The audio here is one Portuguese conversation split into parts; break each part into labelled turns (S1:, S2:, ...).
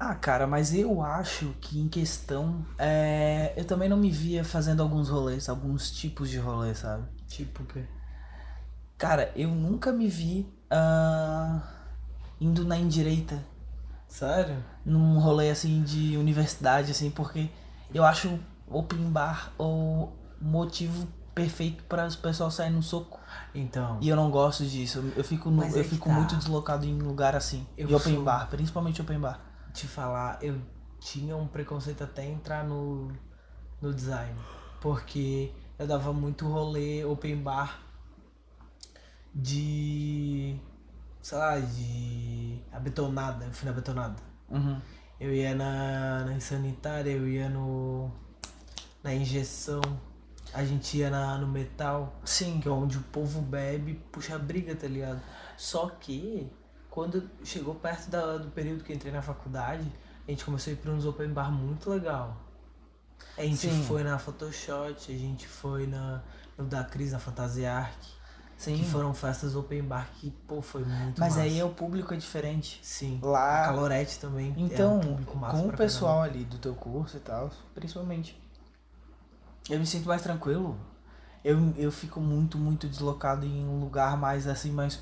S1: Ah, cara, mas eu acho que em questão. é, eu também não me via fazendo alguns rolês, alguns tipos de rolê, sabe?
S2: Tipo o quê?
S1: Cara, eu nunca me vi ah, indo na indireita
S2: Sério?
S1: num rolê assim de universidade, assim, porque eu acho open bar o motivo perfeito para os pessoal sair no soco.
S2: Então.
S1: E eu não gosto disso. Eu fico, no-
S2: Mas é
S1: eu
S2: que
S1: fico
S2: tá.
S1: muito deslocado em lugar assim.
S2: Eu
S1: de open
S2: sou-
S1: bar, principalmente open bar.
S2: te falar, eu tinha um preconceito até entrar no, no design. Porque eu dava muito rolê open bar de. sei lá, de. a betonada. Eu fui na betonada.
S1: Uhum.
S2: Eu ia na, na insanitária, eu ia no. na injeção. A gente ia na, no metal
S1: Sim.
S2: que é onde o povo bebe, puxa a briga, tá ligado? Só que quando chegou perto da- do período que eu entrei na faculdade, a gente começou a ir pra uns open bar muito legal. A gente
S1: Sim.
S2: foi na Photoshop, a gente foi na, no da Cris, na Fantasia Arc,
S1: Sim.
S2: que foram festas open bar que, pô, foi muito
S1: Mas
S2: massa.
S1: aí o público é diferente.
S2: Sim. A
S1: Lá.
S2: Calorete também. é um
S1: Então,
S2: público massa
S1: com
S2: pra
S1: o pessoal ali do teu curso e tal, principalmente, eu me sinto mais tranquilo. Eu, eu fico muito, muito deslocado em um lugar mais assim, mais.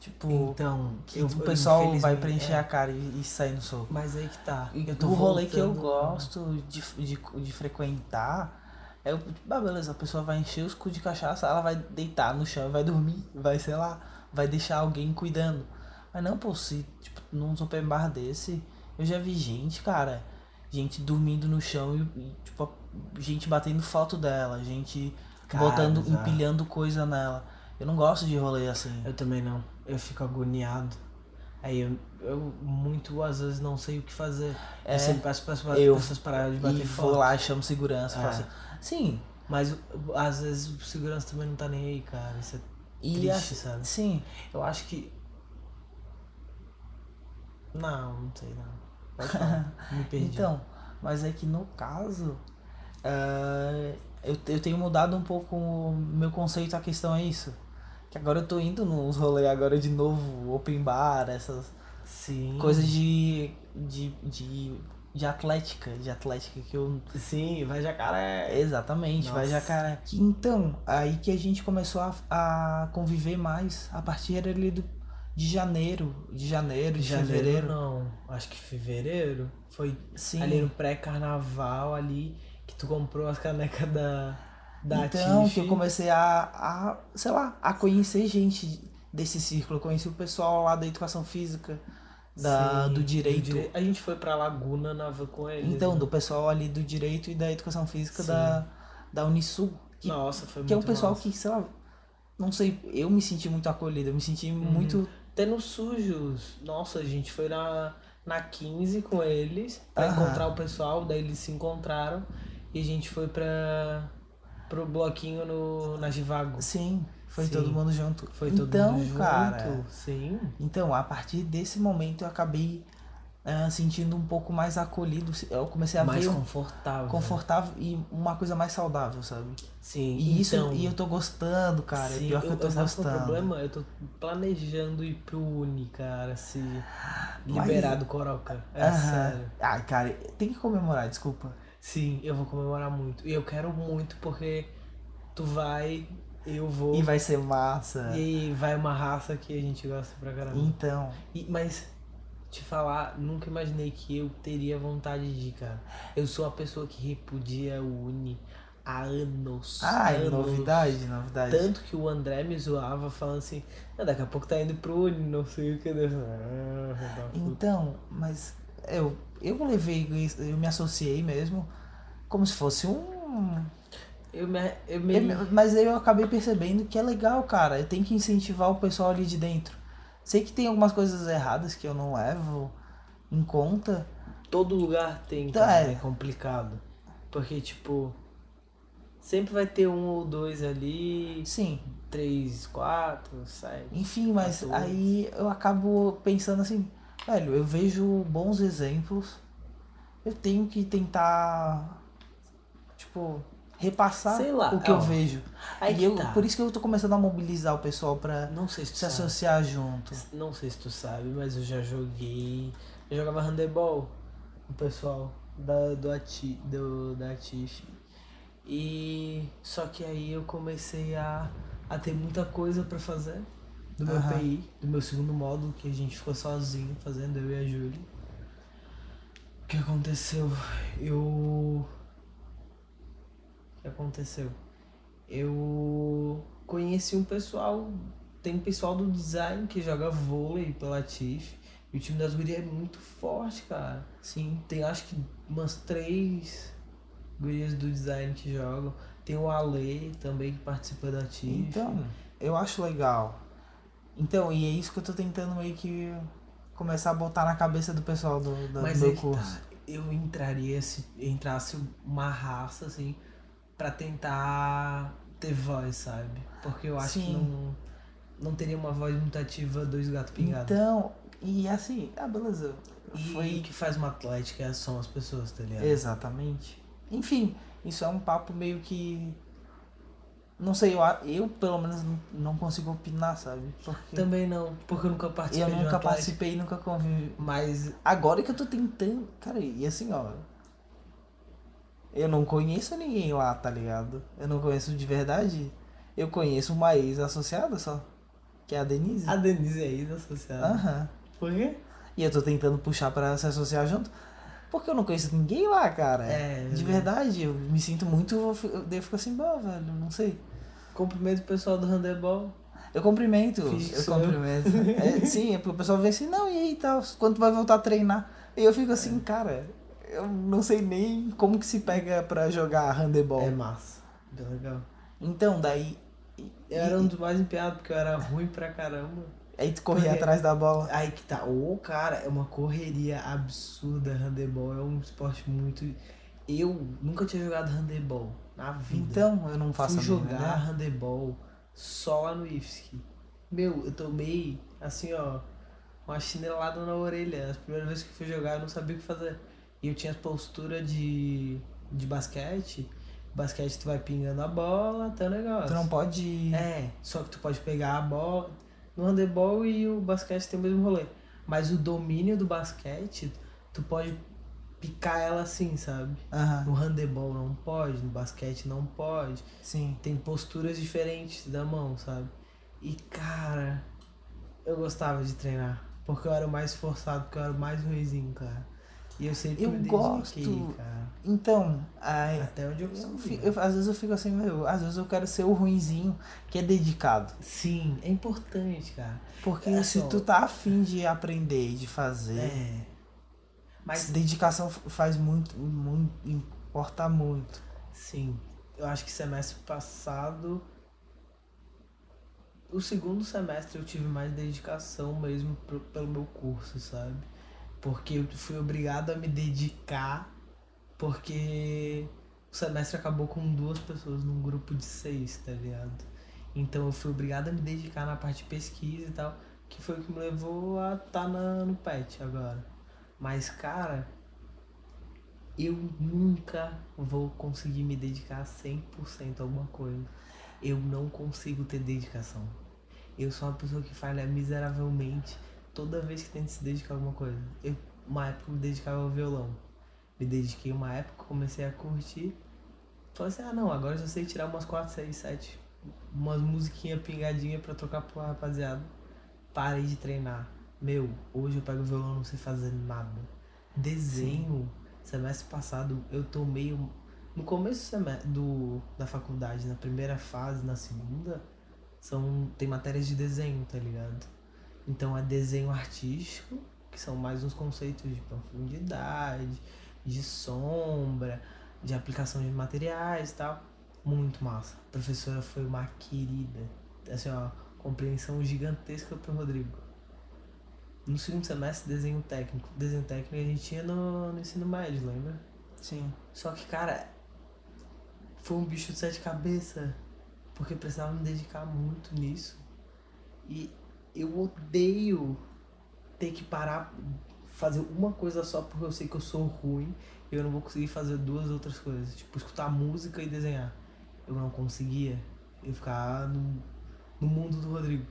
S1: Tipo.
S2: caramba. Então,
S1: que
S2: eu-
S1: o pessoal vai
S2: infelizmente-
S1: preencher
S2: é.
S1: a cara e, e sair no soco.
S2: Mas aí que tá.
S1: Eu
S2: Eu tô
S1: o rolê que eu
S2: voltando-
S1: gosto de, de, de frequentar é o. tipo, Ah, beleza, a pessoa vai encher os cu de cachaça, ela vai deitar no chão, e vai dormir, vai, sei lá, vai deixar alguém cuidando. Mas não, pô, se, tipo, num open bar desse, eu já vi gente, cara, gente dormindo no chão e, e, tipo, a- gente batendo foto dela, gente
S2: Cara,
S1: botando,
S2: exato.
S1: empilhando coisa nela. Eu não gosto de rolê assim.
S2: Eu também não. Eu fico agoniado. Aí eu, eu muito às vezes não sei o que fazer.
S1: É,
S2: eu sempre peço para
S1: eu-
S2: pessoas pararem de bater
S1: e vou
S2: foto.
S1: lá e chamo segurança,
S2: É.
S1: faço. Sim,
S2: Mas uh, às vezes o segurança também não tá nem aí, cara. Isso é
S1: e
S2: Triste,
S1: assim-
S2: sabe?
S1: Sim.
S2: Eu acho que. Não, não sei não. Pode falar. Me perdi.
S1: Então, mas é que no caso, ah, eu, eu tenho mudado um pouco o meu conceito, a questão é isso. Que agora eu tô indo nos rolês agora de novo, open bar, essas
S2: Sim.
S1: coisas de, de, de, de atlética, de atlética que eu...
S2: Sim, vai jacaré.
S1: Exatamente, vai
S2: Nossa.
S1: jacaré. Que Então, aí que a gente começou a, a conviver mais a partir ali do, de janeiro, de janeiro, de
S2: Janeiro
S1: fevereiro.
S2: não. Acho que fevereiro. Foi
S1: Sim.
S2: ali no pré-carnaval ali que tu comprou as canecas da da
S1: então,
S2: Tiff.
S1: que eu comecei a, a, sei lá, a conhecer gente desse círculo. Eu conheci o pessoal lá da educação física, da,
S2: Sim,
S1: do direito.
S2: dire- A gente foi pra Laguna na van com eles.
S1: Então,
S2: né?
S1: do pessoal ali do direito e da educação física
S2: Sim.
S1: da, da Unisul. Que,
S2: Nossa, foi muito
S1: que é um pessoal
S2: massa.
S1: que, sei lá, não sei, eu me senti muito acolhido, eu me senti
S2: Uhum.
S1: muito.
S2: Até nos sujos. Nossa, a gente foi na, na 15 com eles pra
S1: Aham.
S2: encontrar o pessoal. Daí eles se encontraram e a gente foi pra, pro bloquinho no, na Givago.
S1: Sim, foi
S2: Sim.
S1: todo mundo junto.
S2: Foi todo
S1: então,
S2: mundo junto.
S1: cara.
S2: Sim.
S1: Então, a partir desse momento eu acabei ah, sentindo um pouco mais acolhido. Eu comecei a
S2: Mais
S1: ver um-
S2: confortável.
S1: confortável e uma coisa mais saudável, sabe?
S2: Sim.
S1: E isso
S2: então,
S1: e eu tô gostando, cara.
S2: sim,
S1: é pior que eu tô
S2: sabe qual é
S1: gostando.
S2: O problema, eu tô planejando ir pro Uni, cara, se
S1: Mas-
S2: liberar do Coroca. É
S1: Aham.
S2: sério.
S1: Ah, cara, tem que comemorar, desculpa.
S2: Sim, eu vou comemorar muito. E eu quero muito porque tu vai, eu vou.
S1: E vai né? ser massa.
S2: E vai uma raça que a gente gosta pra caramba.
S1: Então,
S2: E- mas, te falar, nunca imaginei que eu teria vontade de ir, cara. Eu sou a pessoa que repudia o Uni há anos.
S1: ai, Ah,
S2: anos.
S1: é novidade, novidade.
S2: Tanto que o André me zoava falando assim, "Ah, daqui a pouco tá indo pro Uni, não sei o que. né?" Deus. Ah,
S1: Então, mas eu eu levei isso, eu me associei mesmo como se fosse um
S2: Eu me. Eu me...
S1: Eu- mas aí eu acabei percebendo que é legal, cara. Eu tenho que incentivar o pessoal ali de dentro. Sei que tem algumas coisas erradas que eu não levo em conta.
S2: todo lugar tem,
S1: Tá,
S2: cara,
S1: é.
S2: é. complicado. Porque, tipo, sempre vai ter um ou dois ali,
S1: Sim,
S2: três, quatro, sete.
S1: Enfim, mas
S2: Atores.
S1: aí eu acabo pensando assim, velho, eu vejo bons exemplos, eu tenho que tentar, tipo, repassar
S2: Sei lá,
S1: o que eu
S2: ó.
S1: vejo.
S2: Aí
S1: e
S2: que
S1: eu,
S2: tá.
S1: por isso que eu tô começando a mobilizar o pessoal pra
S2: Não sei se tu
S1: se
S2: sabe.
S1: associar junto.
S2: Não sei se tu sabe, mas eu já joguei. Eu jogava handebol com o pessoal da, do ati, do, da Atiche. E só que aí eu comecei a, a ter muita coisa pra fazer do meu
S1: Aham.
S2: PI, do meu segundo módulo, que a gente ficou sozinho fazendo, eu e a Júlia. O que aconteceu? Eu. O que aconteceu? Eu conheci um pessoal. Tem um pessoal do design que joga vôlei pela TIF. E o time das gurias é muito forte, cara.
S1: Sim.
S2: Tem acho que umas três gurias do design que jogam. Tem o Ale também que participa da TIF.
S1: Então, eu acho legal. Então, e é isso que eu tô tentando meio que começar a botar na cabeça do pessoal do, do,
S2: Mas
S1: do
S2: aí que
S1: curso.
S2: tá. eu entraria se entrasse uma raça, assim, pra tentar ter voz, sabe? Porque eu acho que
S1: Sim.
S2: não, não teria uma voz muito ativa dois gatos pingados.
S1: Então, e assim, ah, beleza.
S2: E o
S1: Foi
S2: que faz uma atlética são as pessoas, tá ligado?
S1: Exatamente. Enfim, isso é um papo meio que. Não sei, eu, a- eu pelo menos não, não consigo opinar, sabe? Porque
S2: Também não, porque eu nunca participei
S1: eu
S2: de uma
S1: nunca
S2: atlética.
S1: participei, nunca convivi.
S2: Mas
S1: Agora que eu tô tentando. Cara, e assim, ó. Eu não conheço ninguém lá, tá ligado? Eu não conheço de verdade. Eu conheço uma ex-associada só. Que é a Denise.
S2: a Denise é ex-associada.
S1: Aham.
S2: Por quê?
S1: E eu tô tentando puxar pra se associar junto. Porque eu não conheço ninguém lá, cara.
S2: É,
S1: De verdade, eu me sinto muito. Eu fico- eu fico assim, bom, velho, não sei.
S2: Cumprimento o pessoal do handebol.
S1: Eu cumprimento.
S2: Finge que
S1: Eu
S2: sou eu.
S1: cumprimento. É, sim, é porque o pessoal vem assim, não, e aí tal, quando tu vai voltar a treinar? E eu fico assim,
S2: É.
S1: cara, eu não sei nem como que se pega pra jogar handebol.
S2: É massa. Bem legal.
S1: Então, daí. e-
S2: Eu era um dos mais empenhados, porque eu era ruim pra caramba.
S1: Aí tu corria
S2: Porque-
S1: atrás da bola.
S2: Aí que tá. Ô, cara, é uma correria absurda. Handebol é um esporte muito. Eu nunca tinha jogado handebol na vida.
S1: Então, eu não faço
S2: Fui
S1: a mínima
S2: jogar
S1: ideia.
S2: handebol só lá no IFSC. Meu, eu tomei, assim, ó, uma chinelada na orelha. As primeiras vezes que eu fui jogar, eu não sabia o que fazer. E eu tinha as posturas de, de basquete. Basquete, tu vai pingando a bola, até o negócio.
S1: Tu não pode.
S2: É, só que tu pode pegar a bola. No handebol e o basquete tem o mesmo rolê. Mas o domínio do basquete, tu pode picar ela assim, sabe?
S1: Aham,
S2: No handebol não pode, no basquete não pode.
S1: sim.
S2: Tem posturas diferentes da mão, sabe? E cara, eu gostava de treinar. Porque eu era o mais forçado, porque eu era o mais ruizinho, cara. E eu sempre
S1: Eu
S2: me
S1: gosto.
S2: dediquei, cara.
S1: Então, aí.
S2: Até onde eu
S1: Eu
S2: consegui.
S1: fi- eu- às vezes eu fico assim, meu, às vezes eu quero ser o ruinzinho que é dedicado.
S2: Sim, é importante, cara.
S1: Porque
S2: É,
S1: se
S2: assim, ó.
S1: tu tá afim de aprender e de fazer,
S2: É. Mas
S1: dedicação f- faz muito, muito, importa muito.
S2: Sim, eu acho que semestre passado. O segundo semestre eu tive mais dedicação mesmo pro- pelo meu curso, sabe? Porque eu fui obrigado a me dedicar, porque o semestre acabou com duas pessoas num grupo de seis, tá ligado? Então eu fui obrigado a me dedicar na parte de pesquisa e tal, que foi o que me levou a estar no PET agora. Mas, cara, eu nunca vou conseguir me dedicar 100% a alguma coisa. Eu não consigo ter dedicação. Eu sou uma pessoa que falha miseravelmente toda vez que tento se dedicar a alguma coisa. Eu, uma época, me dedicava ao violão. Me dediquei uma época, comecei a curtir. Falei assim, ah não, agora eu já sei tirar umas 4, 6, 7, umas musiquinhas pingadinhas pra tocar pro rapaziada. Parei de treinar. Meu, hoje eu pego o violão, não sei fazer nada. Desenho, semestre passado, eu tomei um... No começo do semestre, do, da faculdade, na primeira fase, na segunda, são tem matérias de desenho, tá ligado? Então é desenho artístico, que são mais uns conceitos de profundidade, de sombra, de aplicação de materiais e tal. Muito massa. A professora foi uma querida. Assim, ó, compreensão gigantesca pro Rodrigo. No segundo semestre, desenho técnico. Desenho técnico a gente tinha no, no ensino médio, lembra?
S1: Sim.
S2: Só que, cara, foi um bicho de sete cabeças. Porque precisava me dedicar muito nisso. E eu odeio ter que parar, fazer uma coisa só porque eu sei que eu sou ruim e eu não vou conseguir fazer duas outras coisas. Tipo, escutar música e desenhar. Eu não conseguia. Eu ficava no, no mundo do Rodrigo.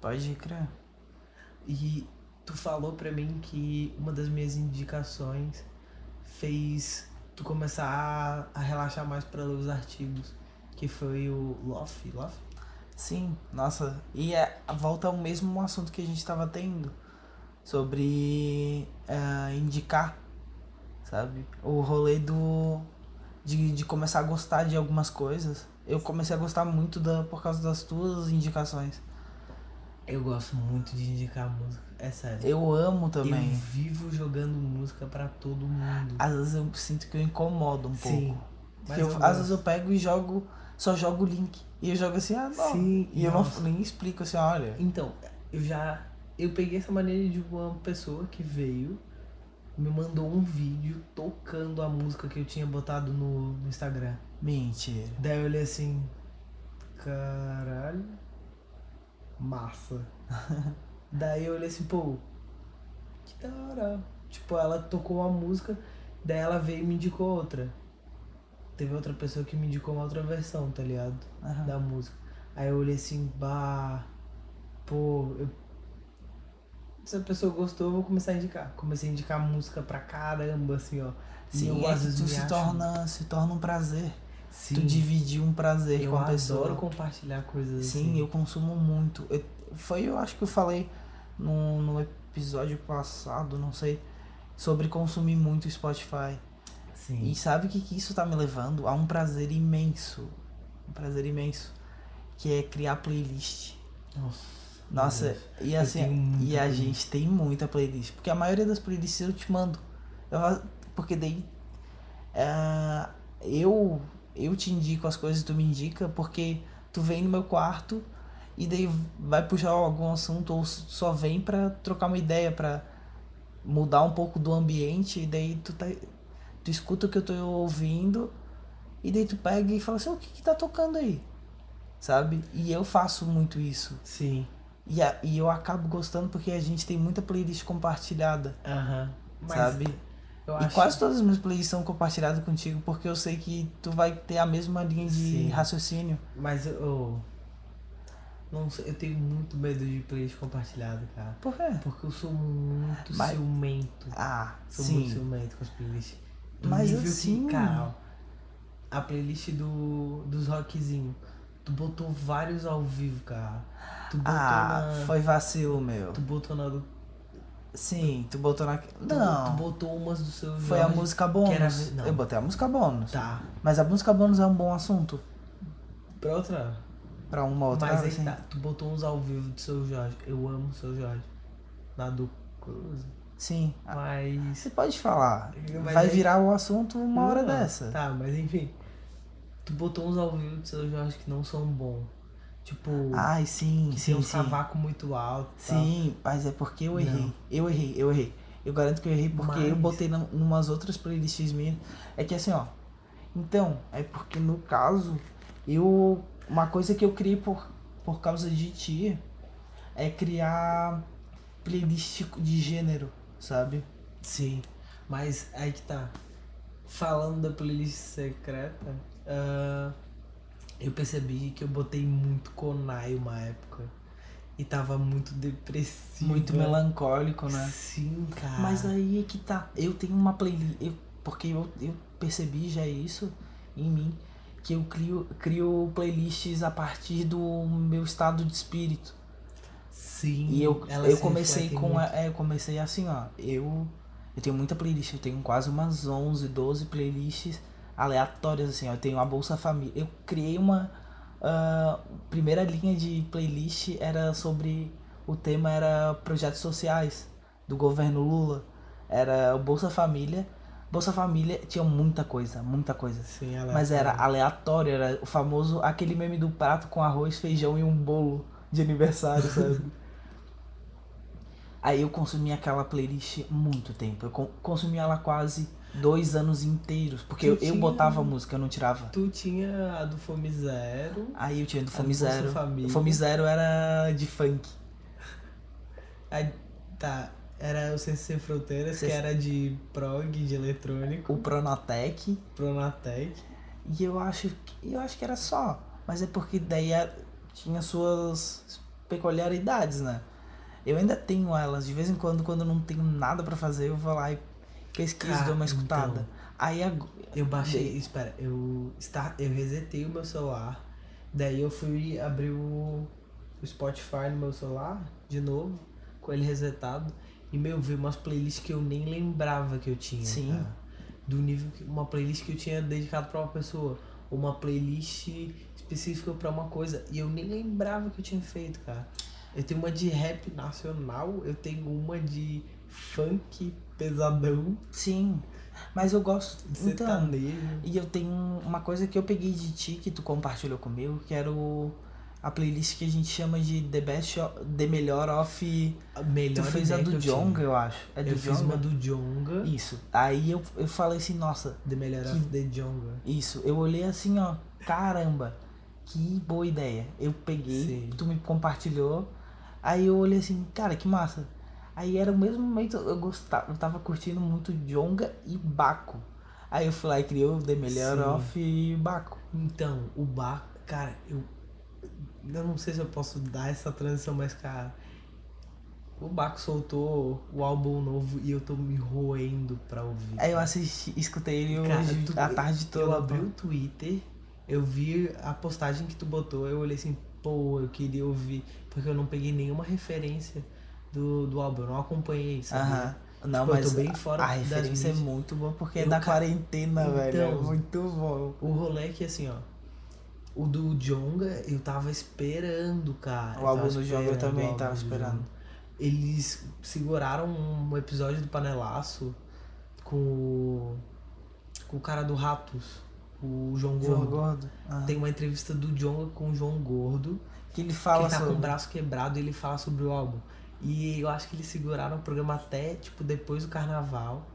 S1: Pode crer.
S2: E tu falou pra mim que uma das minhas indicações fez tu começar a, a relaxar mais pra ler os artigos, que foi o Loft, Loft?
S1: Sim, nossa. E é, volta ao mesmo assunto que a gente estava tendo. Sobre ah, indicar, sabe? O rolê do. De, de começar a gostar de algumas coisas. Eu comecei a gostar muito da, por causa das tuas indicações.
S2: Eu gosto muito de indicar música, é sério.
S1: Eu amo também.
S2: Eu vivo jogando música pra todo mundo.
S1: Às vezes eu sinto que eu incomodo um
S2: Sim,
S1: pouco.
S2: mas
S1: Porque eu-
S2: eu
S1: às
S2: gosto.
S1: vezes eu pego e jogo, só jogo o link. E eu jogo assim, ah, não.
S2: Sim,
S1: e eu não,
S2: nossa.
S1: nem explico assim, olha.
S2: Então, eu já. Eu peguei essa maneira de uma pessoa que veio, me mandou um vídeo tocando a música que eu tinha botado no, no Instagram.
S1: Mentira.
S2: Daí eu olhei assim. Caralho. Massa. Daí eu olhei assim, pô. Que da hora. Tipo, ela tocou uma música, daí ela veio e me indicou outra. Teve outra pessoa que me indicou uma outra versão, tá ligado?
S1: Aham.
S2: Da música. Aí eu olhei assim, bah. Pô, eu. Se a pessoa gostou, eu vou começar a indicar. Comecei a indicar música pra caramba, assim, ó. E
S1: Sim,
S2: eu,
S1: é
S2: às
S1: que
S2: vezes,
S1: tu
S2: me
S1: se
S2: acho- assim.
S1: torna, se torna um prazer.
S2: Sim.
S1: Tu dividir um prazer
S2: Eu
S1: com a
S2: adoro
S1: pessoa.
S2: compartilhar coisas assim.
S1: Sim, eu consumo muito. Eu- foi, eu acho que eu falei no, no episódio passado, não sei, sobre consumir muito Spotify.
S2: Sim.
S1: E sabe o que, que isso tá me levando? A um prazer imenso. Um prazer imenso. Que é criar playlist.
S2: Nossa.
S1: Nossa,
S2: Deus.
S1: e
S2: Eu tenho
S1: assim,
S2: muita
S1: e a
S2: playlist.
S1: gente tem muita playlist, porque a maioria das playlists eu te mando. Eu fa- porque daí ah, eu eu te indico as coisas, tu me indica, porque tu vem no meu quarto e daí vai puxar algum assunto ou s- só vem pra trocar uma ideia, pra mudar um pouco do ambiente e daí tu tá tu escuta o que eu tô ouvindo e daí tu pega e fala assim, "Ô, o que que tá tocando aí? Sabe? E eu faço muito isso.
S2: Sim.
S1: E, a- e eu acabo gostando porque a gente tem muita playlist compartilhada,
S2: Aham. Mas
S1: sabe?
S2: eu
S1: E
S2: acho
S1: quase todas as minhas playlists são compartilhadas contigo porque eu sei que tu vai ter a mesma linha de
S2: Sim.
S1: raciocínio.
S2: Mas eu, eu. Não sei, eu tenho muito medo de playlist compartilhado, cara.
S1: Por quê?
S2: Porque eu sou muito
S1: Mas-
S2: ciumento.
S1: Ah,
S2: Sou muito
S1: sim.
S2: ciumento com as playlists.
S1: Mas
S2: nível que,
S1: assim-
S2: cara, a playlist do, dos rockzinho. Tu botou vários ao vivo, cara. Tu botou
S1: Ah,
S2: na.
S1: foi vacilo meu.
S2: Tu botou na do.
S1: Sim, tu botou na.
S2: tu- Tu,
S1: Não,
S2: botou umas do seu
S1: foi a
S2: Jorge.
S1: música
S2: era-
S1: bônus.
S2: não.
S1: Eu botei a música bônus.
S2: Tá.
S1: Mas a música bônus é um bom assunto
S2: Pra outra.
S1: pra uma outra.
S2: Mas aí
S1: assim.
S2: tá, tu botou uns ao vivo do seu Jorge. Eu amo o seu Jorge. Na do Cruz.
S1: Sim. Ah,
S2: Mas.
S1: Você pode falar.
S2: Mas
S1: vai
S2: aí-
S1: virar o assunto uma hora
S2: Não,
S1: dessa.
S2: Tá, mas enfim. Tu botou uns ao vivo do seu Jorge que não são bons. Tipo,
S1: Ai, sim,
S2: que
S1: Ah, sim,
S2: tem um
S1: sim.
S2: cavaco muito alto. e tal.
S1: Sim, mas é porque eu errei.
S2: Não.
S1: Eu errei, eu errei. Eu garanto que eu errei porque eu
S2: Mas-
S1: botei num- umas outras playlists minhas. É que assim, ó. Então, é porque no caso, eu. Uma coisa que eu criei por, por causa de ti é criar playlist de gênero, sabe?
S2: Sim. Mas aí que tá. Falando da playlist secreta, ah, eu percebi que eu botei muito Konai uma época. E tava muito depressivo.
S1: Muito melancólico, né?
S2: Sim, cara.
S1: Mas aí é que tá. Eu tenho uma playlist. Eu, porque eu, eu percebi já isso em mim. Que eu crio, crio playlists a partir do meu estado de espírito.
S2: Sim. é
S1: E eu,
S2: elas
S1: eu
S2: se
S1: comecei
S2: refletem
S1: com.
S2: muito.
S1: a- é, eu comecei assim, ó. Eu, eu tenho muita playlist. Eu tenho quase umas 11, 12 playlists aleatórias, assim. Ó, eu tenho a Bolsa Família. Eu criei uma. ah, primeira linha de playlist era sobre. O tema era projetos sociais do governo Lula. Era o Bolsa Família. Bolsa Família tinha muita coisa, muita coisa.
S2: Sim, ela
S1: Mas era aleatório, era o famoso aquele meme do prato com arroz, feijão e um bolo de aniversário, sabe? Aí eu consumi aquela playlist muito tempo. Eu con- consumi ela quase dois anos inteiros. Porque eu, eu
S2: Tinha-
S1: botava música, eu não tirava.
S2: Tu tinha a do Fome Zero.
S1: Aí eu tinha do
S2: A
S1: Fome
S2: Bolsa
S1: Zero.
S2: Família.
S1: Fome Zero era de funk.
S2: A, tá. Era o CC Sem Fronteiras,
S1: Sem-
S2: que era de prog, de eletrônico,
S1: O Pronatec.
S2: Pronatec.
S1: E eu acho que, eu acho que era só. Mas é porque daí a- tinha suas peculiaridades, né? Eu ainda tenho elas. De vez em quando, quando eu não tenho nada pra fazer, eu vou lá e pesquiso,
S2: Cara,
S1: dou uma escutada.
S2: Ah, então.
S1: Aí ag-
S2: Eu baixei, espera, eu, está, eu resetei o meu celular, daí eu fui abrir o, o Spotify no meu celular, de novo, com ele resetado, e meu, vi umas playlists que eu nem lembrava que eu tinha.
S1: Sim.
S2: cara. Do nível que uma playlist que eu tinha dedicado pra uma pessoa, ou uma playlist específica pra uma coisa, e eu nem lembrava que eu tinha feito, cara. Eu tenho uma de rap nacional, eu tenho uma de funk pesadão,
S1: Sim. Mas eu gosto.
S2: tá
S1: Então.
S2: sertanejo.
S1: E eu tenho uma coisa que eu peguei de ti, que tu compartilhou comigo, que era o. A playlist que a gente chama de The Best of, The Melhor Off.
S2: A Melhor
S1: Tu fez a
S2: ideia que
S1: do
S2: eu tinha.
S1: Jonga, eu acho. É do
S2: eu fiz
S1: Jonga?
S2: uma do Jonga.
S1: Isso. Aí eu, eu falei assim, nossa,
S2: The Melhor
S1: Que-
S2: of the Jonga.
S1: isso. Eu olhei assim, ó, caramba, que boa ideia. Eu peguei,
S2: Sim.
S1: tu me compartilhou. Aí eu olhei assim, cara, que massa. Aí era o mesmo momento, eu gostava, eu tava curtindo muito Jonga e Baco. Aí eu fui lá e criei o The Melhor
S2: Sim.
S1: Off e Baco.
S2: Então, o Baco, cara, eu. Eu não sei se eu posso dar essa transição, mas, cara. O Baco soltou o álbum novo e eu tô me roendo pra ouvir.
S1: Aí É, eu assisti, escutei ele
S2: Cara,
S1: hoje
S2: tu-
S1: a tarde toda.
S2: Eu abri o Twitter, eu vi a postagem que tu botou, eu olhei assim, pô, eu queria ouvir, porque eu não peguei nenhuma referência do, do álbum, eu não acompanhei, sabe?
S1: Aham. Não,
S2: Tipo, eu
S1: mas
S2: tô bem fora
S1: a
S2: das
S1: referência é
S2: mídias.
S1: muito boa porque é
S2: Eu
S1: da
S2: ca-
S1: quarentena, velho. É
S2: Então.
S1: muito bom.
S2: O rolê é que assim, ó. O do Jonga, eu tava esperando, cara.
S1: O
S2: Eu
S1: álbum
S2: tava
S1: do Djonga eu
S2: esperando
S1: também
S2: o álbum
S1: tava
S2: do
S1: esperando.
S2: Djonga. Eles seguraram um episódio do Panelaço com o, com o cara do Ratos, o João Gordo.
S1: João Gordo. Aham.
S2: Tem uma entrevista do Jonga com o João Gordo,
S1: Que ele
S2: que
S1: fala
S2: ele tá com o
S1: sobre.
S2: braço quebrado e ele fala sobre o álbum. E eu acho que eles seguraram o programa até, tipo, depois do carnaval.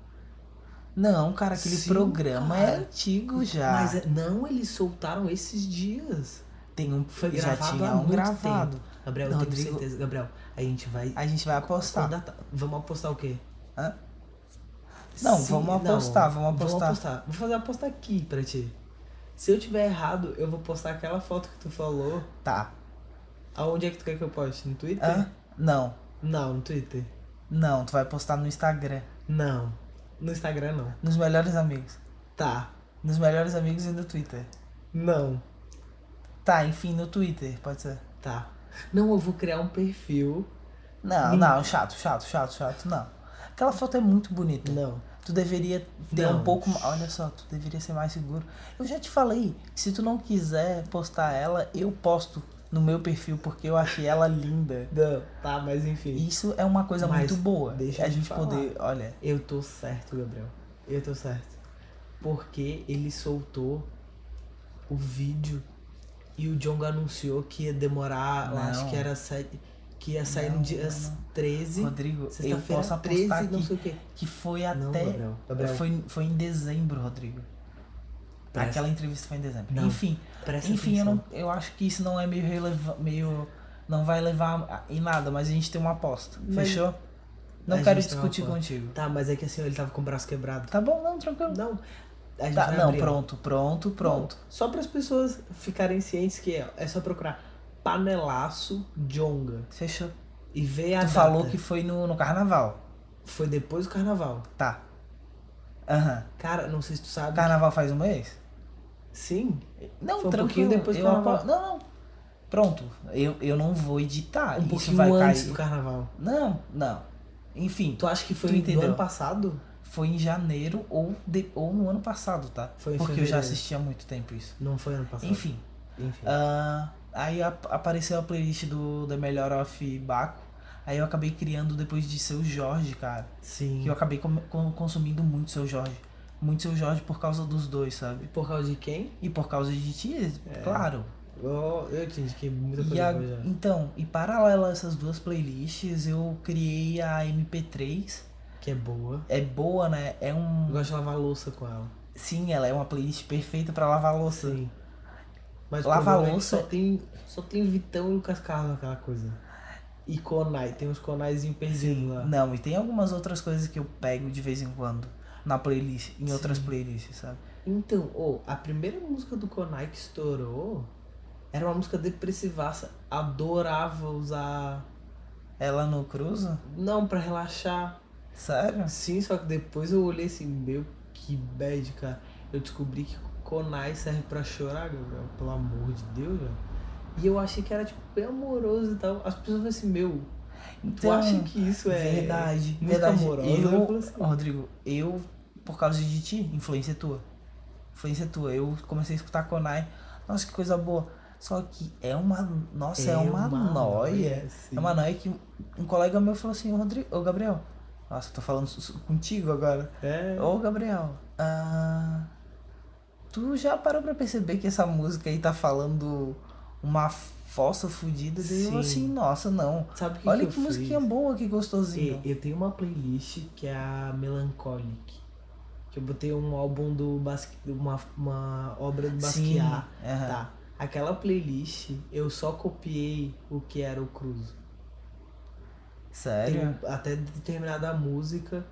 S1: Não, cara, aquele
S2: Sim,
S1: programa é
S2: cara.
S1: antigo já.
S2: Mas é- não, eles soltaram esses dias.
S1: Tem um
S2: Foi
S1: já
S2: gravado
S1: tinha
S2: há
S1: um
S2: muito
S1: gravado.
S2: Gabriel, eu
S1: Rodrigo-
S2: tenho certeza. Gabriel, a gente vai.
S1: A gente vai apostar.
S2: Quando a ta- Vamos apostar o quê?
S1: Hã? Não, vamos apostar, vamos apostar.
S2: Vou fazer uma aposta aqui pra ti. Se eu tiver errado, eu vou postar aquela foto que tu falou.
S1: Tá.
S2: Aonde é que tu quer que eu poste? No Twitter?
S1: Hã? Não.
S2: Não, no Twitter.
S1: Não, tu vai postar no Instagram.
S2: Não. No Instagram não.
S1: Nos melhores amigos.
S2: Tá.
S1: Nos melhores amigos e no Twitter.
S2: Não.
S1: Tá, enfim, no Twitter, pode ser.
S2: Tá. Não, eu vou criar um perfil.
S1: Não, não, chato, chato, chato, chato, não. Aquela foto é muito bonita.
S2: Não.
S1: Tu deveria ter um
S2: Não.
S1: pouco mais. Olha só, tu deveria ser mais seguro. Eu já te falei que se tu não quiser postar ela, eu posto no meu perfil porque eu achei ela linda.
S2: Não. Tá, mas enfim.
S1: Isso é uma coisa
S2: Mas
S1: muito boa.
S2: deixa
S1: a
S2: eu te
S1: gente
S2: falar.
S1: poder. Olha,
S2: Eu tô certo, Gabriel. Eu tô certo. Porque ele soltou o vídeo e o Jong anunciou que ia demorar, eu
S1: Não.
S2: acho que era sete, que ia sair
S1: Não,
S2: no dia
S1: não,
S2: 13,
S1: Rodrigo, eu
S2: sexta-feira
S1: posso
S2: 13,
S1: apostar
S2: não
S1: aqui
S2: sei o quê.
S1: que foi
S2: Não,
S1: até.
S2: Gabriel, Gabriel.
S1: Foi, foi em dezembro, Rodrigo.
S2: Presta-
S1: Aquela entrevista foi em dezembro.
S2: Não.
S1: Enfim,
S2: Presta
S1: enfim eu,
S2: atenção.
S1: não, eu acho que isso não é meio relevante. Meio, não vai levar a- em nada, mas a gente tem uma aposta.
S2: Mas-
S1: Fechou? Não
S2: A
S1: quero
S2: gente tem uma
S1: discutir
S2: aposta.
S1: contigo.
S2: Tá, mas é que assim, ele tava com o braço quebrado.
S1: Tá bom, não, tranquilo.
S2: Não. A gente
S1: Tá,
S2: vai
S1: não,
S2: abrir, ó.
S1: pronto, pronto, pronto.
S2: Só para as pessoas ficarem cientes que é, é só procurar panelaço Jonga
S1: Fechou. Tu
S2: e ver a data.
S1: falou que foi no, no carnaval.
S2: foi depois do carnaval.
S1: Tá. Aham.
S2: Cara, não sei se tu sabe.
S1: Carnaval faz um mês?
S2: Sim.
S1: Não,
S2: Foi um
S1: tranquilo.
S2: pouquinho depois do
S1: eu
S2: carnaval.
S1: apo- Não, não. Pronto. Eu, eu não vou editar.
S2: um
S1: Isso
S2: pouquinho
S1: vai
S2: antes
S1: cair.
S2: do carnaval.
S1: Não, não. Enfim,
S2: Tu acha que foi
S1: Tu entendeu?
S2: no ano passado?
S1: foi em janeiro ou, de... ou no ano passado, tá?
S2: Foi em
S1: Porque eu já
S2: fevereiro.
S1: assisti há muito tempo isso.
S2: Não foi ano passado.
S1: Enfim.
S2: Enfim.
S1: Ah, aí ap- apareceu a playlist do The Melhor of Baco. Aí eu acabei criando depois de Seu Jorge, cara.
S2: Sim.
S1: Que eu acabei com- com- consumindo muito Seu Jorge. Muito Seu Jorge por causa dos dois, sabe?
S2: Por causa de quem?
S1: E por causa de ti,
S2: É.
S1: claro.
S2: Eu, Oh, eu te indiquei muita
S1: E
S2: coisa
S1: a-
S2: boa já.
S1: então, e paralelo a essas duas playlists, eu criei a MP3.
S2: Que é boa.
S1: É boa, né? É
S2: Eu
S1: um.
S2: gosto de lavar louça com ela.
S1: Sim, ela é uma playlist perfeita pra lavar louça.
S2: Sim. Mas o
S1: Lava
S2: problema é que
S1: louça-
S2: Só tem, só tem Vitão e Lucas Carlos naquela coisa. E Conai. Tem uns Conais perdidos lá.
S1: Não, e tem algumas outras coisas que eu pego de vez em quando na playlist, em outras playlists, sabe?
S2: Então, ô, a primeira música do Konai que estourou era uma música depressivaça. Adorava usar
S1: Ela não cruza?
S2: Não, pra relaxar.
S1: Sério?
S2: Sim, só que depois eu olhei assim, meu, que bad, cara. Eu descobri que Conai serve pra chorar, Gabriel. Pelo amor de Deus, velho. E eu achei que era, tipo, bem amoroso e tal. As pessoas falam assim, meu, tu
S1: Então,
S2: acha que isso é
S1: verdade,
S2: muito
S1: verdade.
S2: amorosa?
S1: Eu,
S2: falo assim,
S1: Rodrigo, eu, por causa de ti, influência tua. Influência tua. Eu comecei a escutar Konai. Nossa, que coisa boa. Só que é uma. Nossa, é, uma, noia.
S2: assim.
S1: É uma noia que um colega meu falou assim, ô Rodrigo, ô Gabriel. Nossa, eu tô falando su- su- contigo agora.
S2: É.
S1: Ô Gabriel, ah, tu já parou pra perceber que essa música aí tá falando uma fossa fudida? Daí eu
S2: Sim.
S1: assim, nossa, não.
S2: Sabe o que
S1: Olha
S2: que,
S1: que,
S2: eu
S1: musiquinha
S2: fiz?
S1: boa, assim, que gostosinha.
S2: E- Eu tenho uma playlist que é a Melancholic. Que eu botei um álbum do Basque, uma, uma obra do
S1: Sim,
S2: Basquiat.
S1: aham.
S2: Tá. Aquela playlist, eu só copiei o que era o Cruzo.
S1: Sério?
S2: Tem- um, até determinada música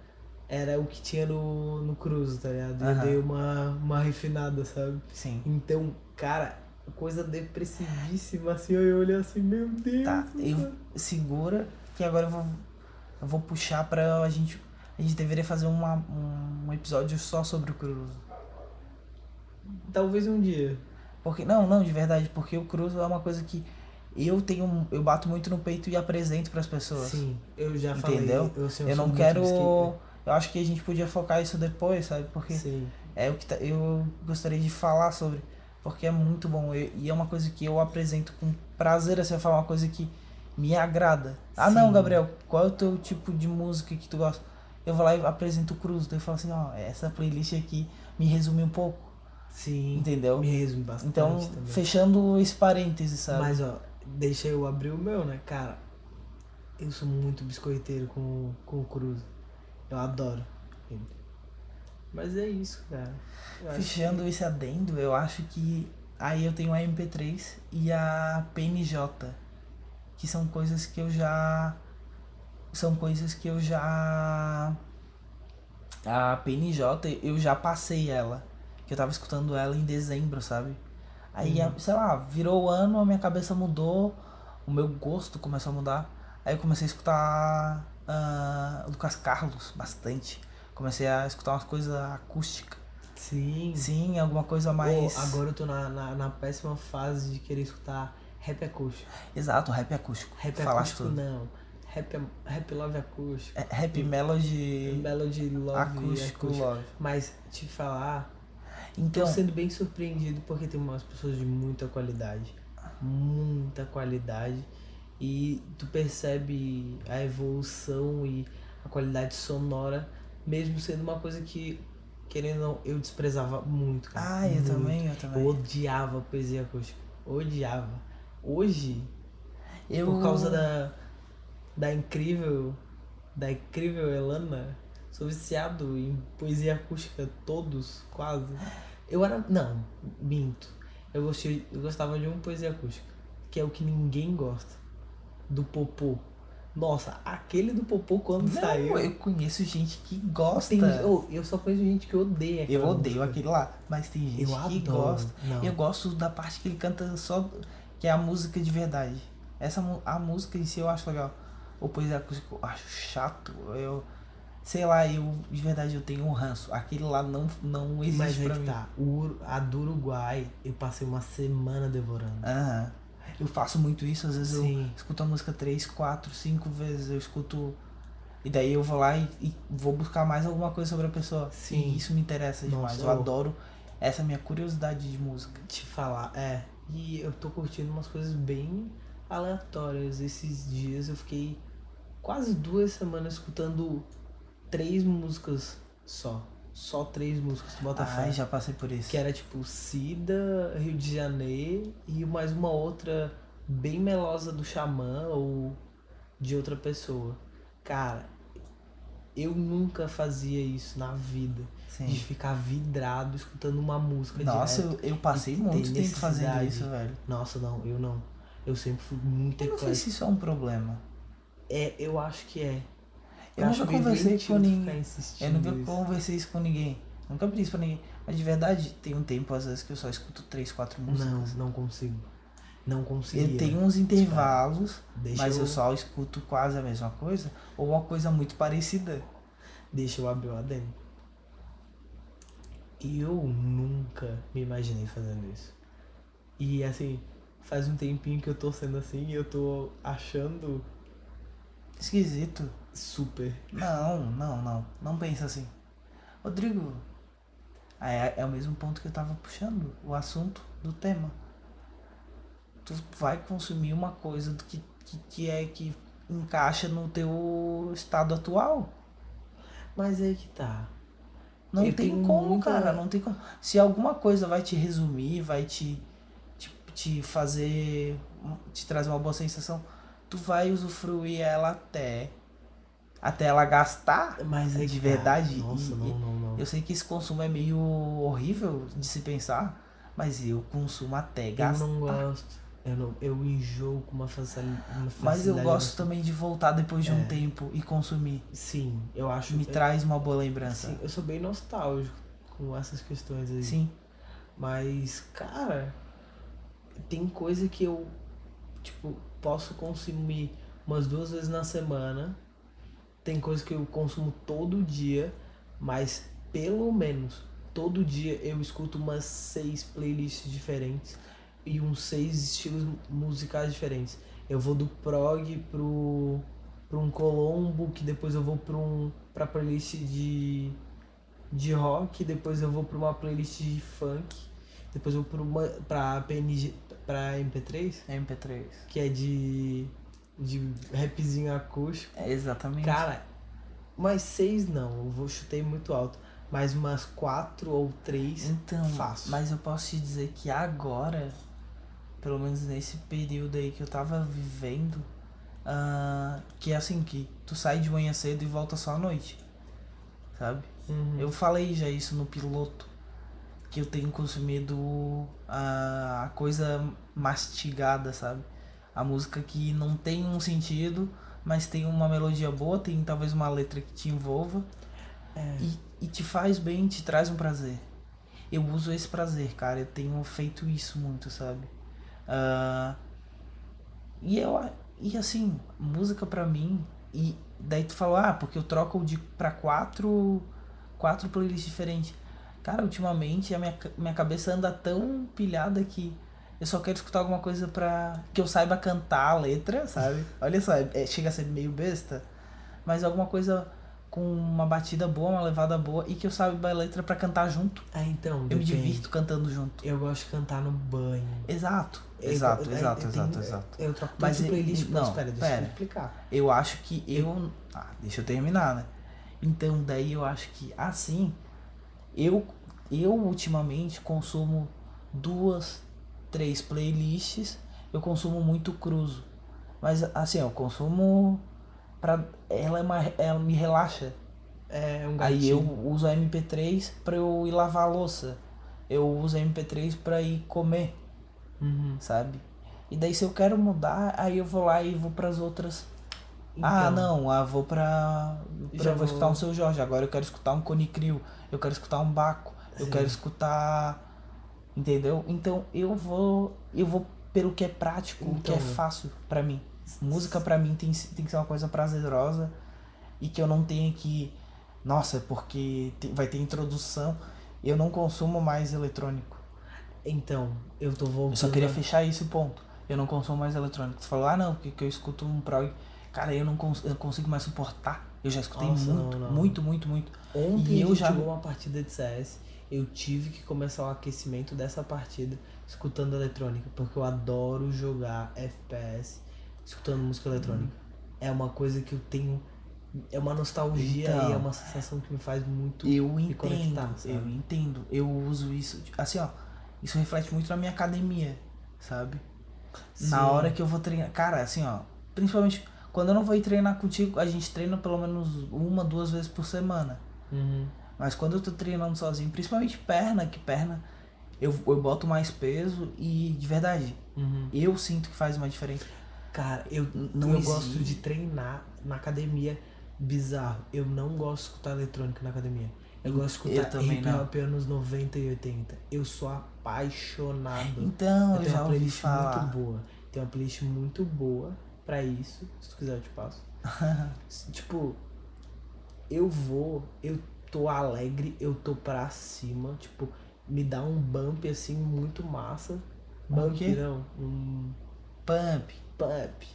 S2: era o que tinha no, no Cruzo, tá ligado? Eu
S1: Aham.
S2: dei uma, uma refinada, sabe?
S1: Sim.
S2: Então, cara, coisa depressivíssima, assim, eu olhei assim, meu Deus.
S1: Tá,
S2: do céu.
S1: eu segura que agora eu vou, eu vou puxar pra a gente. A gente deveria fazer uma, um episódio só sobre o Cruzo.
S2: Talvez um dia.
S1: Porque, não, não, de verdade, porque o Cruzo é uma coisa que eu tenho. Eu bato muito no peito e apresento pras pessoas.
S2: Sim, eu já
S1: Entendeu?
S2: falei. Eu, assim,
S1: Eu
S2: sou
S1: não
S2: muito
S1: quero.
S2: mesquita.
S1: Eu acho que a gente podia focar isso depois, sabe? Porque
S2: Sim.
S1: é o que tá- eu gostaria de falar sobre. Porque é muito bom. E e é uma coisa que eu apresento com prazer. Assim, eu falar uma coisa que me agrada. Ah, não,
S2: Sim.
S1: Gabriel, qual é o teu tipo de música que tu gosta? Eu vou lá e apresento o Cruz. Daí eu falo assim: ó, essa playlist aqui me resume um pouco.
S2: Sim.
S1: Entendeu?
S2: Me resumo bastante
S1: Então,
S2: também.
S1: fechando esse parênteses, sabe?
S2: Mas ó, deixa eu abrir o meu, né? Cara, eu sou muito biscoiteiro com, o- com o Cruz. Eu adoro ele. Mas é isso, cara. Eu acho
S1: Fechando esse adendo, eu acho que aí eu tenho um a MP3 e a PNJ, que são coisas que eu já são coisas que eu já a PNJ eu já passei ela, que eu tava escutando ela em dezembro, sabe? Aí,
S2: Uhum.
S1: a- sei lá, virou o ano, a minha cabeça mudou, o meu gosto começou a mudar. Aí eu comecei a escutar ah, Lucas Carlos bastante. Comecei a escutar umas coisas acústicas.
S2: que- Sim.
S1: Sim, alguma coisa mais.
S2: Mas... agora eu tô na, na, na péssima fase de querer escutar rap acústico.
S1: Exato, rap acústico.
S2: Rap
S1: Falaste
S2: acústico
S1: tudo.
S2: não. Rap, rap love acústico.
S1: É, rap melody
S2: Melody love
S1: acústico, love.
S2: Mas te falar, tô
S1: Então,
S2: sendo bem surpreendido porque tem umas pessoas de muita qualidade. Muita qualidade. E tu percebe a evolução e a qualidade sonora, mesmo sendo uma coisa que, querendo ou não, eu desprezava muito. Cara,
S1: ah, eu
S2: Muito.
S1: também, eu
S2: Eu
S1: também.
S2: odiava poesia acústica. Odiava. Hoje,
S1: Eu
S2: por causa da, da incrível. Da incrível Elana. Sou viciado em poesia acústica, todos, quase. Eu era. Não, minto. Eu, gostei, eu gostava de uma poesia acústica, que é o que ninguém gosta. Do popô. Nossa, aquele do popô quando
S1: Não,
S2: saiu.
S1: eu conheço gente que gosta.
S2: Tem- oh, eu só conheço gente que odeia
S1: Eu
S2: aquela
S1: odeio
S2: música.
S1: aquele lá, mas tem gente
S2: Eu
S1: que
S2: adoro.
S1: gosta.
S2: Não.
S1: Eu gosto da parte que ele canta só que é a música de verdade. Essa mu- a música em si eu acho legal. Ou poesia acústica eu acho chato. Eu sei lá, eu de verdade eu tenho um ranço. Aquele lá não não existe
S2: Mas aí
S1: pra
S2: que
S1: mim.
S2: tá. o Ur- a do Uruguai, eu passei uma semana devorando.
S1: Aham. Eu faço muito isso, às vezes
S2: Sim.
S1: eu escuto a música três, quatro, cinco vezes, eu escuto. E daí eu vou lá e, e vou buscar mais alguma coisa sobre a pessoa.
S2: Sim.
S1: E isso me interessa demais.
S2: Nossa,
S1: eu
S2: eu-
S1: adoro essa minha curiosidade de música.
S2: te falar, é. E eu tô curtindo umas coisas bem aleatórias. Esses dias eu fiquei quase duas semanas escutando três músicas só. Só três músicas do
S1: Ai,
S2: Botafogo.
S1: já passei por isso.
S2: que era tipo Cida, Rio de Janeiro e mais uma outra bem melosa do Xamã ou de outra pessoa. Cara, eu nunca fazia isso na vida. De
S1: Sim.
S2: ficar vidrado escutando uma música
S1: Nossa,
S2: direto.
S1: eu, eu passei
S2: E
S1: muito
S2: tem
S1: tempo fazendo
S2: necessidade.
S1: isso, velho.
S2: Nossa, não, eu não. Eu sempre fui muito
S1: Eu não sei
S2: eclético.
S1: se isso é um problema.
S2: É, eu acho que é.
S1: Eu
S2: acho
S1: nunca
S2: bem
S1: conversei
S2: doentio
S1: com
S2: tu
S1: ninguém.
S2: ficar insistindo
S1: Eu nunca
S2: nisso.
S1: conversei isso com ninguém. Nunca pedi isso pra ninguém. Mas de verdade, tem um tempo, às vezes, que eu só escuto três, quatro músicas.
S2: Não, não consigo. Não conseguia.
S1: Eu tenho uns intervalos,
S2: Deixa
S1: mas
S2: eu-
S1: eu só escuto quase a mesma coisa ou uma coisa muito parecida.
S2: Deixa eu abrir o adendo. Eu nunca me imaginei fazendo isso. E assim, faz um tempinho que eu tô sendo assim e eu tô achando
S1: Esquisito.
S2: super.
S1: Não, não, não. Não pensa assim. Rodrigo, é, é o mesmo ponto que eu tava puxando, o assunto do tema. Tu vai consumir uma coisa do que, que, que é que encaixa no teu estado atual.
S2: Mas aí que tá.
S1: Não
S2: Eu
S1: tem
S2: tenho
S1: como,
S2: muita-
S1: cara, não tem como. Se alguma coisa vai te resumir, vai te, te, te fazer, hum, te trazer uma boa sensação, tu vai usufruir ela até, até ela gastar.
S2: Mas aí
S1: É De
S2: que
S1: verdade,
S2: Tá. Nossa,
S1: e-
S2: não, não, não.
S1: Eu sei que esse consumo é meio horrível de se pensar, mas eu consumo até
S2: Eu
S1: gastar.
S2: não gosto. Eu, não, eu enjoo com uma facilidade.
S1: Mas eu gosto também de voltar depois de um
S2: É.
S1: tempo e consumir.
S2: Sim, eu acho.
S1: Me
S2: eu-
S1: traz uma boa lembrança.
S2: sim, eu sou bem nostálgico com essas questões aí.
S1: Sim.
S2: Mas, cara, tem coisa que eu, tipo, posso consumir umas duas vezes na semana. Tem coisa que eu consumo todo dia, mas pelo menos todo dia eu escuto umas seis playlists diferentes e uns seis estilos mu- musicais diferentes. Eu vou do prog pro pra um colombo, que depois eu vou pra um pra playlist de de rock, depois eu vou pra uma playlist de funk, depois eu vou pra uma pra PNG, pra MP3,
S1: MP3.
S2: que é de de rapzinho acústico.
S1: É exatamente.
S2: Cara, mas seis não, eu vou chutei muito alto, mas umas quatro ou três.
S1: Então,
S2: Fácil.
S1: mas eu posso te dizer que agora, pelo menos nesse período aí que eu tava vivendo, ah, que é assim, que tu sai de manhã cedo e volta só à noite. Sabe?
S2: Uhum.
S1: Eu falei já isso no piloto, que eu tenho consumido a, a coisa mastigada, sabe? A música que não tem um sentido, mas tem uma melodia boa, tem talvez uma letra que te envolva
S2: É.
S1: e, e te faz bem, te traz um prazer. Eu uso esse prazer, cara, eu tenho feito isso muito, sabe? Ah, e eu a- e assim, música pra mim, e daí tu falou, ah, porque eu troco de pra quatro quatro playlists diferentes. Cara, ultimamente a minha, ca- minha cabeça anda tão pilhada que eu só quero escutar alguma coisa pra. que eu saiba cantar a letra, sabe? Olha só, é- é- chega a ser meio besta, mas alguma coisa com uma batida boa, uma levada boa e que eu saiba a letra pra cantar junto.
S2: Ah, então,
S1: Eu me
S2: depende.
S1: divirto cantando junto.
S2: Eu gosto de cantar no banho.
S1: Exato,
S2: Eu-
S1: exato,
S2: eu-
S1: exato,
S2: eu tenho-
S1: exato, exato.
S2: Eu troco
S1: Mas
S2: tanto
S1: e-
S2: playlist,
S1: não,
S2: não, espera, deixa
S1: pera.
S2: eu explicar.
S1: Eu acho que eu. Ah, deixa eu terminar, né? Então, daí eu acho que assim. Eu, eu ultimamente consumo duas, três playlists. Eu consumo muito cruzo. Mas assim, eu consumo. Pra, ela, é uma, ela me relaxa.
S2: É um gatilho.
S1: Aí eu uso a MP3 pra eu ir lavar a louça. Eu uso a MP3 pra ir comer,
S2: Uhum.
S1: sabe? E daí se eu quero mudar, aí eu vou lá e vou pras outras ah,
S2: Então,
S1: não, ah, vou pra. pra
S2: Já
S1: vou
S2: vou-
S1: escutar um seu Jorge, agora eu quero escutar um Cone Crew, eu quero escutar um Baco, eu
S2: Sim.
S1: quero escutar. Entendeu? Então eu vou. Eu vou pelo que é prático, o que é
S2: Então-
S1: fácil pra mim. Música pra mim tem, tem que ser uma coisa prazerosa e que eu não tenha que. Nossa, porque tem- vai ter introdução. Eu não consumo mais eletrônico.
S2: Então, eu tô
S1: Eu
S2: voltando.
S1: só queria
S2: a-
S1: fechar esse ponto. Eu não consumo mais eletrônico. Você falou, ah não, porque que eu escuto um prog. Cara, eu não cons- eu consigo mais suportar. Eu já escutei
S2: Nossa,
S1: muito,
S2: não, não.
S1: muito, muito, muito.
S2: Ontem
S1: E eu
S2: eu
S1: já-
S2: já jogou uma partida de CS. Eu tive que começar o aquecimento dessa partida escutando eletrônica, porque eu adoro jogar FPS escutando
S1: Uhum.
S2: música eletrônica. É uma coisa que eu tenho. É uma nostalgia
S1: Então.
S2: e é uma sensação que me faz muito.
S1: Eu entendo,
S2: conectar, sabe?
S1: eu entendo. Eu uso isso. Assim, ó, isso reflete muito na minha academia, sabe?
S2: Sim.
S1: Na hora que eu vou treinar. Cara, assim, ó, principalmente quando eu não vou ir treinar contigo, a gente treina pelo menos uma, duas vezes por semana.
S2: Uhum.
S1: Mas quando eu tô treinando sozinho, principalmente perna, que perna, eu, eu boto mais peso e de verdade,
S2: Uhum.
S1: eu sinto que faz uma diferença.
S2: Cara, eu
S1: N- não
S2: não eu
S1: exi-
S2: gosto de treinar na academia. Bizarro. Eu não gosto de escutar eletrônica na academia. Eu gosto de escutar
S1: Eu também
S2: hip
S1: não.
S2: hop anos 90 e 80. Eu sou apaixonado.
S1: Então, eu,
S2: eu tenho
S1: já
S2: uma
S1: ouvi
S2: playlist
S1: falar.
S2: muito boa. Tem uma playlist muito boa pra isso. Se tu quiser, eu te passo. S- tipo, eu vou, eu tô alegre, eu tô pra cima. Tipo, me dá um bump assim muito massa.
S1: Um
S2: Bump
S1: quê?
S2: não, um
S1: Pump.
S2: pump.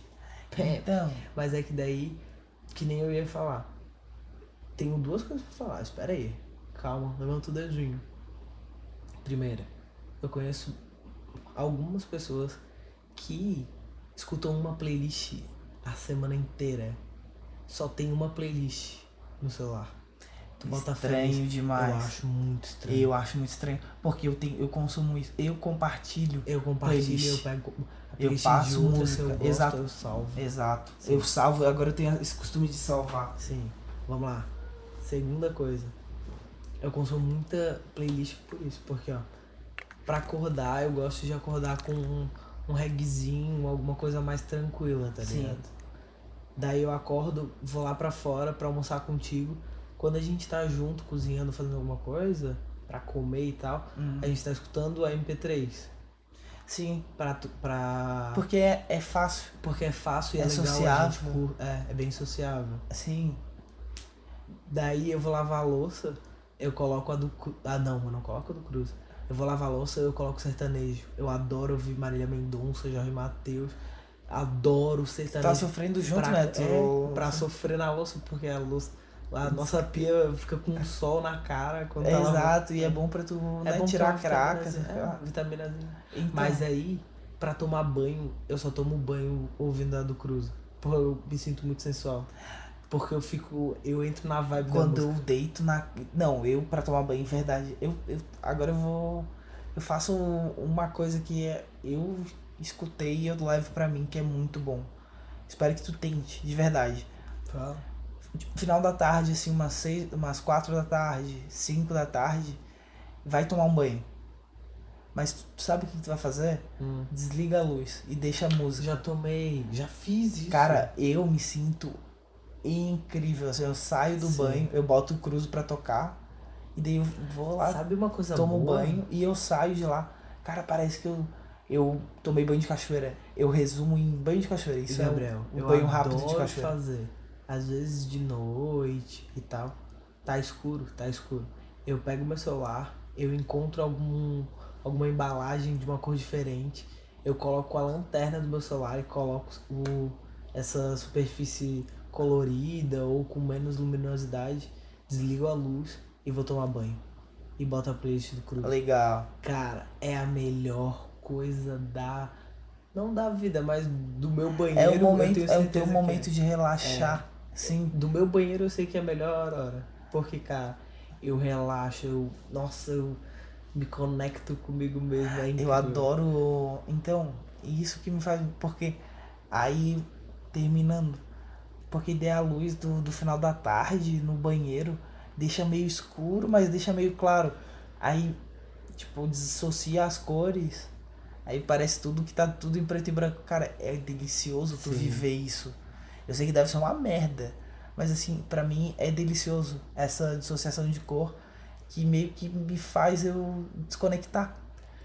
S2: Pump.
S1: Então,
S2: Mas é que daí, que nem eu ia falar. Tenho duas coisas pra falar, espera aí. Calma, levanta o dedinho. Primeira, eu conheço algumas pessoas que escutam uma playlist a semana inteira. Só tem uma playlist no celular. Tu bota fé nisso?
S1: estranho
S2: Eu
S1: demais.
S2: acho muito estranho.
S1: Eu acho muito estranho, porque eu tenho, eu consumo isso, eu compartilho.
S2: Eu compartilho,
S1: Playlist.
S2: eu pego a
S1: Eu
S2: playlist de
S1: passo
S2: outra,
S1: música,
S2: se eu gosto,
S1: exato.
S2: eu salvo.
S1: Exato.
S2: Sim.
S1: Eu salvo, agora eu tenho esse costume de salvar.
S2: Sim, vamos lá. Segunda coisa. Eu consumo muita playlist por isso, porque ó, pra acordar eu gosto de acordar com um, um reggaezinho, alguma coisa mais tranquila, tá
S1: Sim.
S2: ligado? Daí eu acordo, vou lá pra fora pra almoçar contigo. Quando a gente tá junto, cozinhando, fazendo alguma coisa, pra comer e tal,
S1: Hum.
S2: a gente tá escutando a MP3.
S1: Sim,
S2: Pra, tu- pra...
S1: porque é, é fácil.
S2: Porque é fácil e é,
S1: É
S2: legal. a gente
S1: sociável.
S2: cur- é, é bem sociável.
S1: Sim.
S2: Daí eu vou lavar a louça, eu coloco a do Cruz. Ah, não, eu não coloco a do Cruz. Eu vou lavar a louça, eu coloco sertanejo. Eu adoro ouvir Marília Mendonça, Jorge Matheus. Adoro sertanejo.
S1: Tá sofrendo junto,
S2: pra,
S1: né? Tu...
S2: é, pra sofrer na louça, porque a louça. A nossa pia fica com um sol na cara quando
S1: É,
S2: tá lavando.
S1: exato, e é bom pra tu né,
S2: bom
S1: tirar a
S2: pra
S1: craca.
S2: vitamina-
S1: sei lá.
S2: É, vitaminazinha.
S1: Então,
S2: Mas aí, pra tomar banho, eu só tomo banho ouvindo a do Cruz. Porque eu me sinto muito sensual. Porque eu fico. Eu entro na vibe da
S1: quando eu deito na. Não, eu pra tomar banho, verdade. Eu, eu agora eu vou. Eu faço um, uma coisa que é- eu escutei e eu levo pra mim, que é muito bom. Espero que tu tente, de verdade.
S2: Fala.
S1: Tipo, Final da tarde, assim, umas seis, umas quatro da tarde, cinco da tarde, vai tomar um banho. Mas tu, tu sabe o que tu vai fazer? Desliga a luz e deixa a música.
S2: Já tomei, já fiz isso.
S1: Cara, eu me sinto incrível. Assim, eu saio do
S2: Sim.
S1: banho, eu boto o cruzo pra tocar, e daí eu vou lá,
S2: sabe uma coisa
S1: tomo
S2: boa?
S1: banho e eu saio de lá. Cara, parece que eu, eu tomei banho de cachoeira. Eu resumo em banho de cachoeira. Isso é o-
S2: Gabriel,
S1: o
S2: eu
S1: banho rápido de
S2: adoro
S1: cachoeira.
S2: fazer. Às vezes de noite e tal. Tá escuro, tá escuro. Eu pego meu celular, eu encontro algum alguma embalagem de uma cor diferente. Eu coloco a lanterna do meu celular e coloco o, essa superfície colorida ou com menos luminosidade. Desligo a luz e vou tomar banho. E boto a playlist do Cruz.
S1: Legal.
S2: Cara, é a melhor coisa da. Não da vida, mas do meu banheiro.
S1: É o
S2: eu
S1: momento,
S2: tenho
S1: é o
S2: certeza
S1: teu
S2: que É.
S1: momento de relaxar. Sim.
S2: Do meu banheiro eu sei que é a melhor hora. Porque, cara, eu relaxo, eu. Nossa, eu me conecto comigo mesmo. É
S1: Eu
S2: incrível.
S1: adoro. Então, isso que me faz. Porque aí, terminando, porque daí a luz do, do final da tarde no banheiro deixa meio escuro, mas deixa meio claro. Aí, tipo, dissocia as cores. Aí parece tudo que tá tudo em preto e branco. Cara, é delicioso tu
S2: Sim.
S1: viver isso. Eu sei que deve ser uma merda. Mas assim, pra mim é delicioso essa dissociação de cor que meio que me faz eu desconectar.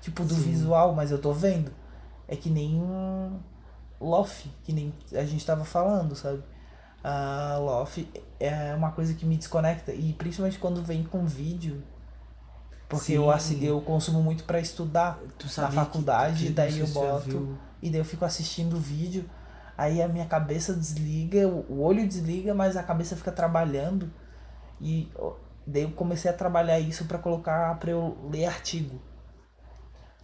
S1: Tipo, do
S2: Sim.
S1: visual, mas eu tô vendo. É que nem um Lofi, que nem a gente tava falando, sabe? A Lofi é uma coisa que me desconecta. E principalmente quando vem com vídeo. Porque eu,
S2: Sim.
S1: assi- eu consumo muito pra estudar.
S2: Tu sabia
S1: na
S2: que-
S1: faculdade,
S2: que-
S1: daí eu
S2: não sei se tu já
S1: boto.
S2: viu.
S1: E daí eu fico assistindo o vídeo. Aí a minha cabeça desliga, o o olho desliga, mas a cabeça fica trabalhando. E ó, daí eu comecei a trabalhar isso pra colocar pra eu ler artigo.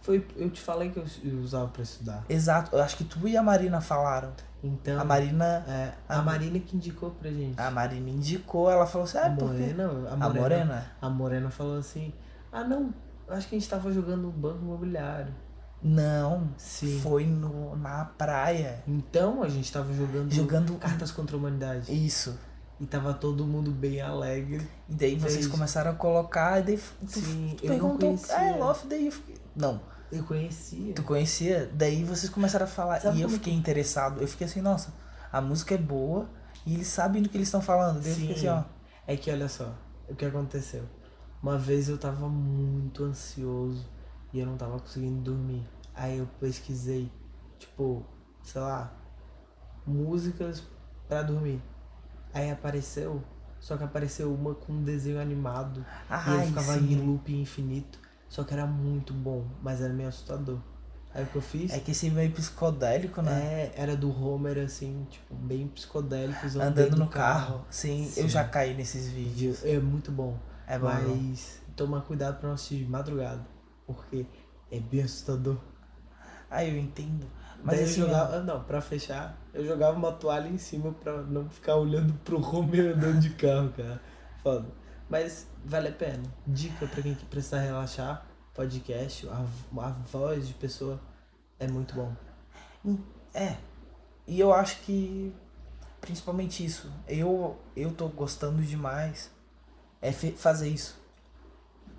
S2: Foi, eu te falei que eu s- eu usava pra estudar.
S1: Exato. Eu acho que tu e a Marina falaram.
S2: Então.
S1: A Marina.
S2: é, a
S1: a-
S2: Marina que indicou pra gente.
S1: A Marina indicou, ela falou assim, ah,
S2: a
S1: por quê?
S2: Morena, a
S1: A
S2: Morena.
S1: Morena?
S2: A Morena falou assim: Ah, não, acho que a gente tava jogando um banco imobiliário.
S1: Não.
S2: Sim.
S1: Foi no, na praia.
S2: Então a gente tava jogando,
S1: Jogando.
S2: cartas contra a humanidade.
S1: Isso.
S2: E tava todo mundo bem alegre.
S1: E daí vocês
S2: Entendi.
S1: começaram a colocar, e daí f- tu
S2: Sim,
S1: tu
S2: eu não
S1: perguntou,
S2: conhecia.
S1: ah, é Loft, daí eu fiquei... Não,
S2: Eu conhecia.
S1: tu conhecia, daí vocês começaram a falar,
S2: Sabe
S1: e eu
S2: como
S1: fiquei interessado, eu fiquei assim, nossa, a música é boa, e eles sabem do que eles estão falando, daí eu fiquei
S2: Sim.
S1: assim, ó,
S2: É que olha só, o que aconteceu? Uma vez eu tava muito ansioso e eu não tava conseguindo dormir. Aí eu pesquisei, tipo, sei lá, músicas pra dormir. Aí apareceu, só que apareceu uma com um desenho animado. e eu
S1: Ai,
S2: ficava
S1: sim.
S2: em loop infinito. Só que era muito bom, mas era meio assustador. Aí o que eu fiz?
S1: É que esse meio psicodélico, né?
S2: É, era do Homer, assim, tipo, bem psicodélico. usando
S1: Andando
S2: dentro
S1: no
S2: do
S1: carro. Sim,
S2: Sim.
S1: eu já caí nesses vídeos.
S2: É muito bom.
S1: É bom. não?
S2: mas tomar cuidado pra não assistir de madrugada. Porque é bem assustador.
S1: Aí Ah, eu entendo.
S2: Mas
S1: Mas
S2: Daí
S1: assim,
S2: eu jogava. Não, pra fechar, eu jogava uma toalha em cima pra não ficar olhando pro Homer andando de carro, cara. Foda. Mas vale a pena. Dica pra quem que precisar relaxar, podcast, a, a voz de pessoa é muito bom.
S1: É. E eu acho que principalmente isso. Eu eu tô gostando demais é fe- fazer isso.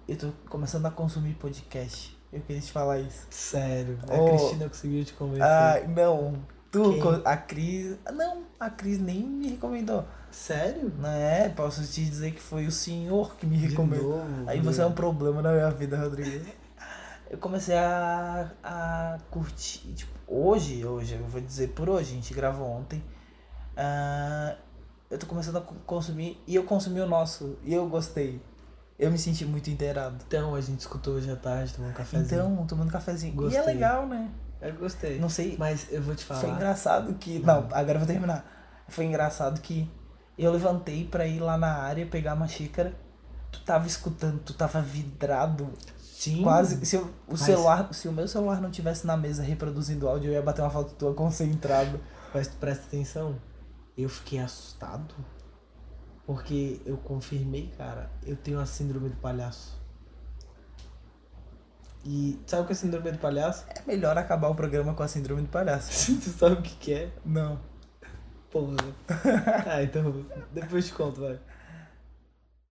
S1: Eu tô começando a consumir podcast. Eu queria te falar isso.
S2: Sério, a
S1: Ô,
S2: Cristina conseguiu te convencer.
S1: Ah, não. Tu,
S2: Quem?
S1: co- a Cris. ah, Não, a Cris nem me recomendou.
S2: Sério?
S1: Não é? Posso te dizer que foi o senhor que me
S2: De
S1: recomendou.
S2: novo, né?
S1: Aí
S2: meu.
S1: você é um problema na minha vida, Rodrigo. Eu comecei a, a curtir, tipo, hoje, hoje, eu vou dizer por hoje, a gente gravou ontem. Ah, eu tô começando a co- consumir e eu consumi o nosso e eu gostei. Eu me senti muito inteirado.
S2: Então, a gente escutou hoje à tarde, tomou um cafezinho.
S1: Então, tomando cafezinho. E
S2: Gostei.
S1: é legal, né?
S2: eu gostei.
S1: Não sei,
S2: Mas eu vou te falar.
S1: foi engraçado que. Não, agora eu vou terminar. Foi engraçado que eu levantei pra ir lá na área pegar uma xícara. Tu tava escutando, tu tava vidrado.
S2: Sim.
S1: Quase. Se, eu- o
S2: Mas-
S1: celular, se o meu celular não tivesse na mesa reproduzindo áudio, eu ia bater uma foto tua concentrado.
S2: Mas tu presta atenção. Eu fiquei assustado. Porque eu confirmei, cara, eu tenho a síndrome do palhaço. E sabe o que é síndrome do palhaço?
S1: É melhor acabar o programa com a síndrome do palhaço.
S2: tu sabe o que que é?
S1: Não.
S2: Porra. Ah, então depois te conto, vai.